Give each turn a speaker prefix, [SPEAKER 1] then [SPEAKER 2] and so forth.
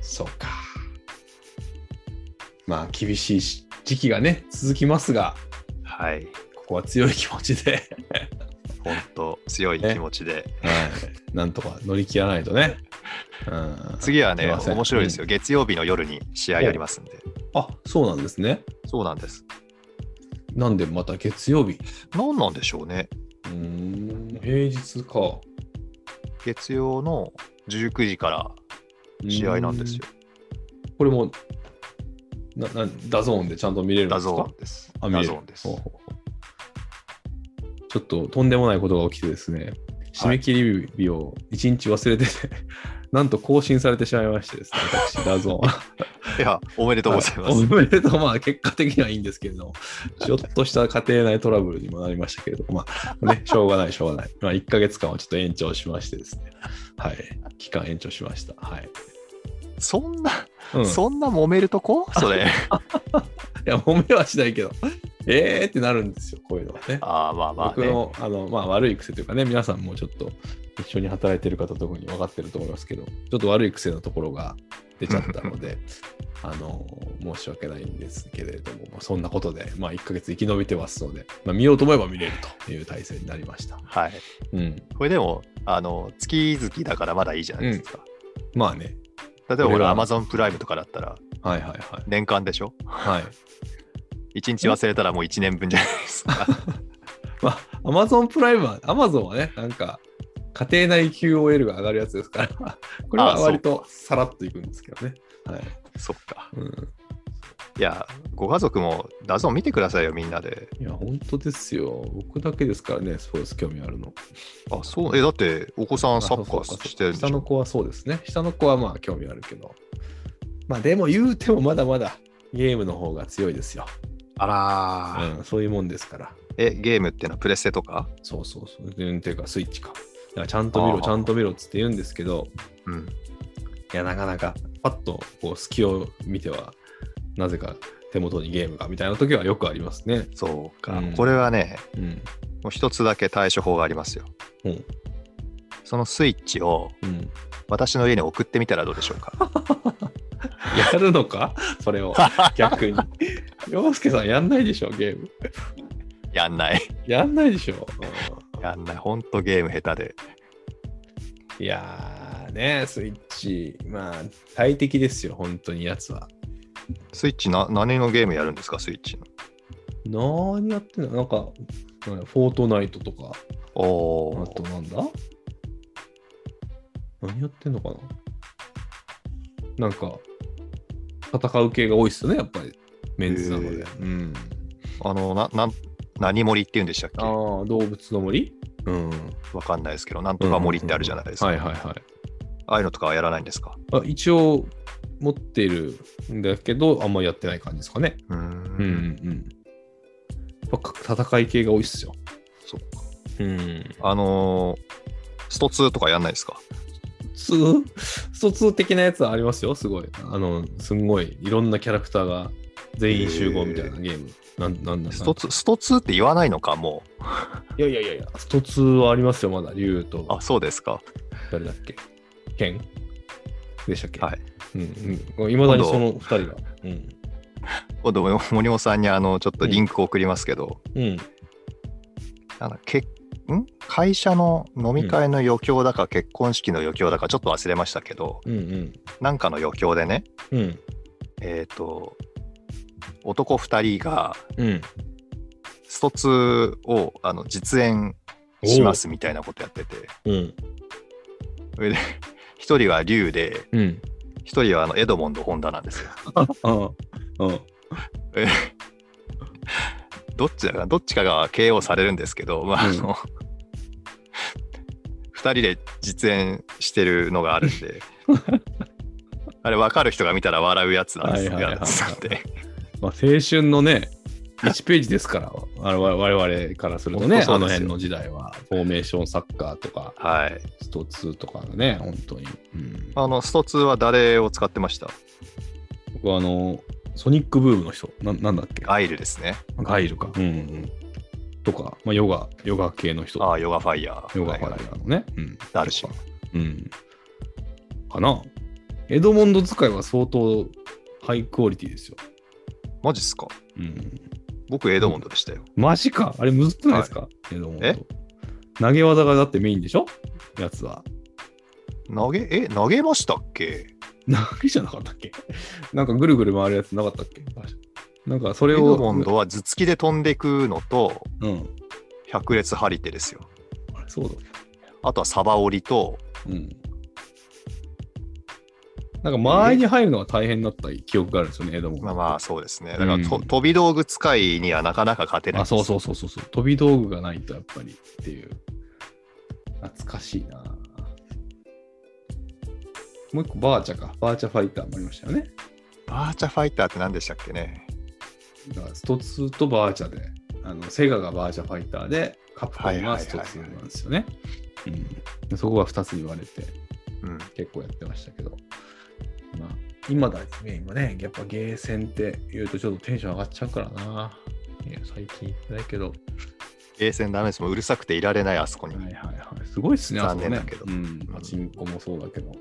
[SPEAKER 1] そうか。まあ、厳しいし時期がね、続きますが、
[SPEAKER 2] はい。
[SPEAKER 1] ここは強い気持ちで、
[SPEAKER 2] 本当強い気持ちで。
[SPEAKER 1] はい、 なんとか乗り切らないとね。うん、
[SPEAKER 2] 次はね、
[SPEAKER 1] すいません
[SPEAKER 2] 面白いですよ、月曜日の夜に試合やりますんで。
[SPEAKER 1] あそうなんですね。
[SPEAKER 2] そうなんです。
[SPEAKER 1] なんでまた月曜日。
[SPEAKER 2] 何なんでしょうね。
[SPEAKER 1] うーん、平日か。
[SPEAKER 2] 月曜の19時から試合なんですよ。
[SPEAKER 1] うーん。これも、ななダゾーンでちゃんと見れるんで
[SPEAKER 2] ダ
[SPEAKER 1] すか
[SPEAKER 2] ゾーンです。
[SPEAKER 1] あ
[SPEAKER 2] ダ
[SPEAKER 1] 見れる
[SPEAKER 2] ゾーンです
[SPEAKER 1] ほう。ほうほうちょっととんでもないことが起きてですね、締め切り日を1日忘れてて、 なんと更新されてしまいましてですね、私、ダゾーン。
[SPEAKER 2] いや、おめでとうございま
[SPEAKER 1] お
[SPEAKER 2] す。
[SPEAKER 1] めでとう、まあ結果的にはいいんですけれども、ちょっとした家庭内トラブルにもなりましたけれども、まあね、しょうがない、しょうがない。まあ1ヶ月間はちょっと延長しましてですね、はい、期間延長しました。はい。
[SPEAKER 2] そんな、
[SPEAKER 1] うん、い
[SPEAKER 2] そんな揉めるとこそれ。
[SPEAKER 1] や、揉めはしないけど、えーってなるんですよ、こういうのはね。
[SPEAKER 2] ああ、まあまあ
[SPEAKER 1] 僕
[SPEAKER 2] ね。
[SPEAKER 1] のあの、まあ、悪い癖というかね、皆さんもちょっと一緒に働いてる方、特に分かってると思いますけど、ちょっと悪い癖のところが出ちゃったの で、あの申し訳ないんですけれども、まあ、そんなことで、まあ、1ヶ月生き延びてますので、まあ、見ようと思えば見れるという体制になりました。
[SPEAKER 2] はい。
[SPEAKER 1] うん、
[SPEAKER 2] これでも、あの、月々だからまだいいじゃないですか。
[SPEAKER 1] まあね、
[SPEAKER 2] 例えば
[SPEAKER 1] これ
[SPEAKER 2] 俺、
[SPEAKER 1] は
[SPEAKER 2] Amazon プライムとかだったら、
[SPEAKER 1] はいはいはい。
[SPEAKER 2] 年間でしょ
[SPEAKER 1] はい、
[SPEAKER 2] 一日忘れたらもう一年分じゃないで すか。
[SPEAKER 1] まあ、Amazon プライムは、Amazon はね、なんか、家庭内 QOL が上がるやつですから、これ
[SPEAKER 2] あ
[SPEAKER 1] は
[SPEAKER 2] そう
[SPEAKER 1] 割とさらっといくんですけどね。はい。
[SPEAKER 2] そっか。
[SPEAKER 1] うん
[SPEAKER 2] いや、ご家族もダゾーン見てくださいよ、みんなで。
[SPEAKER 1] いや、本当ですよ。僕だけですからね、スポーツ興味あるの。
[SPEAKER 2] あ、そう。え、だって、お子さんサッカ
[SPEAKER 1] あそうか
[SPEAKER 2] ーしてるんでし
[SPEAKER 1] 下の
[SPEAKER 2] ょ
[SPEAKER 1] 子はそうですね。下の子はまあ興味あるけど。まあでも言うてもまだまだゲームの方が強いですよ。
[SPEAKER 2] あらー、
[SPEAKER 1] うん、そういうもんですから。
[SPEAKER 2] え、ゲームってのはプレステとか
[SPEAKER 1] そうそうそう。うん、ていうかスイッチか。だからちゃんと見
[SPEAKER 2] あ
[SPEAKER 1] ろ、
[SPEAKER 2] ー
[SPEAKER 1] ちゃんと見ろっつって言うんですけど、
[SPEAKER 2] うん。
[SPEAKER 1] いや、なかなかパッとこう隙を見ては、なぜか手元にゲームがみたいな時はよくありますね。
[SPEAKER 2] そうか。
[SPEAKER 1] うん
[SPEAKER 2] これはね、
[SPEAKER 1] うん。
[SPEAKER 2] もう一つだけ対処法がありますよ。
[SPEAKER 1] うん
[SPEAKER 2] そのスイッチを
[SPEAKER 1] うん、
[SPEAKER 2] 私の家に送ってみたらどうでしょ うか。
[SPEAKER 1] やるのかそれを逆 に。洋介さんやんないでしょ、ゲーム。
[SPEAKER 2] やんない。
[SPEAKER 1] やんないでしょ。
[SPEAKER 2] やんない。ほんとゲーム下手で。
[SPEAKER 1] いやーね、スイッチ、まあ、大敵ですよ、本当にやつは。
[SPEAKER 2] スイッチな、何のゲームやるんですか、スイッチの。
[SPEAKER 1] 何やってんのなんか、なんかフォートナイトとか、
[SPEAKER 2] お
[SPEAKER 1] あ
[SPEAKER 2] ー
[SPEAKER 1] と。なんだ何やってんのかななんか、戦う系が多いっすよね、やっぱり、メンズなの
[SPEAKER 2] へ
[SPEAKER 1] で。
[SPEAKER 2] ー
[SPEAKER 1] うん、
[SPEAKER 2] あの、な、な、何森って言うんでしたっけ
[SPEAKER 1] ああ、動物の森うん。
[SPEAKER 2] わかんないですけど、なんとか森ってあるじゃないですか。
[SPEAKER 1] はいはいはい。
[SPEAKER 2] ああいうのとかはやらないんですか。
[SPEAKER 1] あ一応、持っているんだけど、あんまやってない感じですかね。
[SPEAKER 2] うー
[SPEAKER 1] うんうん
[SPEAKER 2] ん。
[SPEAKER 1] うん。やっぱ戦い系が多いっすよ。
[SPEAKER 2] そっか。
[SPEAKER 1] うん。
[SPEAKER 2] あのースト2とかやんないですか。
[SPEAKER 1] ス疎通的なやつはありますよ、すごい。あの、すんごい、いろんなキャラクターが全員集合みたいなゲーム。なんなんだ
[SPEAKER 2] スト2、スト2って言わないのか、も
[SPEAKER 1] いやいやいやいや、スト2はありますよ、まだ。竜
[SPEAKER 2] う。
[SPEAKER 1] と、
[SPEAKER 2] あ、そうですか。
[SPEAKER 1] 誰だっけ剣でしたっけ
[SPEAKER 2] はい。
[SPEAKER 1] うんうん。いまだにその2人が。うん。
[SPEAKER 2] 今度、森本さんにあの、ちょっとリンク送りますけど、
[SPEAKER 1] うん。
[SPEAKER 2] なんだけん会社の飲み会の余興だか、結婚式の余興だか、ちょっと忘れましたけど、
[SPEAKER 1] うん
[SPEAKER 2] なんかの余興でね、
[SPEAKER 1] うん。うん。
[SPEAKER 2] えっ、と、男2人が
[SPEAKER 1] うん。
[SPEAKER 2] スト2をあの実演しますみたいなことやってて、
[SPEAKER 1] うん。
[SPEAKER 2] それで、1人は竜で、
[SPEAKER 1] うん。
[SPEAKER 2] 一人はあのエドモンド・ホンダなんですよ。
[SPEAKER 1] ああ。うん。
[SPEAKER 2] どっちだかなどっちかが KO されるんですけど、まあ、あ
[SPEAKER 1] うん
[SPEAKER 2] の、 二人で実演してるのがあるん で、あれ分かる人が見たら笑うやつなんです
[SPEAKER 1] はいはいはいはい
[SPEAKER 2] なんで、
[SPEAKER 1] まあ、青春のね、1ページですから、あの我我々からするとね、
[SPEAKER 2] 本当そ
[SPEAKER 1] あ
[SPEAKER 2] うで
[SPEAKER 1] の
[SPEAKER 2] すよ
[SPEAKER 1] 辺の時代は、フォーメーションサッカーとか、
[SPEAKER 2] はい。
[SPEAKER 1] スト2とかね、本当に。うん、
[SPEAKER 2] あの、スト2は誰を使ってました
[SPEAKER 1] 僕はあの、ソニックブームの人、ななんだっけ
[SPEAKER 2] ガイルですね。
[SPEAKER 1] ガイルか。うんうん、とか、まあ、ヨガ、ヨガ系の人、
[SPEAKER 2] ああ、ヨガファイヤー。
[SPEAKER 1] ヨガファイヤーのね、うん、
[SPEAKER 2] ダルシン。
[SPEAKER 1] うん。かなエドモンド使いは相当ハイクオリティですよ。
[SPEAKER 2] マジっすか
[SPEAKER 1] うん。
[SPEAKER 2] 僕、エドモンドでしたよ。
[SPEAKER 1] マジかあれむずくないですか、エドモンド
[SPEAKER 2] え。
[SPEAKER 1] 投げ技がだってメインでしょやつは。
[SPEAKER 2] 投げ、え、投げましたっけ
[SPEAKER 1] 投げじゃなかったっけなんかぐるぐる回るやつなかったっけなんかそ
[SPEAKER 2] エ
[SPEAKER 1] れを。
[SPEAKER 2] ドモンドは頭突きで飛んでいくのと、
[SPEAKER 1] うん。
[SPEAKER 2] 百列張り手ですよ。
[SPEAKER 1] あれそうだ。
[SPEAKER 2] あとはサバ折りと、
[SPEAKER 1] うん。なんか間合いに入るのが大変だった記憶があるんですよね、エドモンド。
[SPEAKER 2] まあまあそうですね。だからと、
[SPEAKER 1] うん
[SPEAKER 2] 飛び道具使いにはなかなか勝てない。
[SPEAKER 1] あ、そうそううそうそうそう。飛び道具がないとやっぱりっていう。懐かしいなもう一個バーチャか。バーチャファイターもありましたよね。
[SPEAKER 2] バーチャファイターって何でしたっけね。
[SPEAKER 1] だからスト2とバーチャで、あのセガがバーチャファイターで、カプコンがスト2なんですよね。うんでそこが2つに割れて
[SPEAKER 2] うん。
[SPEAKER 1] 結構やってましたけど。まあ、今だね、今ね、やっぱゲーセンって言うとちょっとテンション上がっちゃうからな。いや最近行ってないけど、
[SPEAKER 2] ゲーセンダメです。もううるさくていられない、あそこに。
[SPEAKER 1] はいはいはい。すごいっすね、
[SPEAKER 2] 残念
[SPEAKER 1] あそこね
[SPEAKER 2] だけど
[SPEAKER 1] うん。パチンコもそうだけど。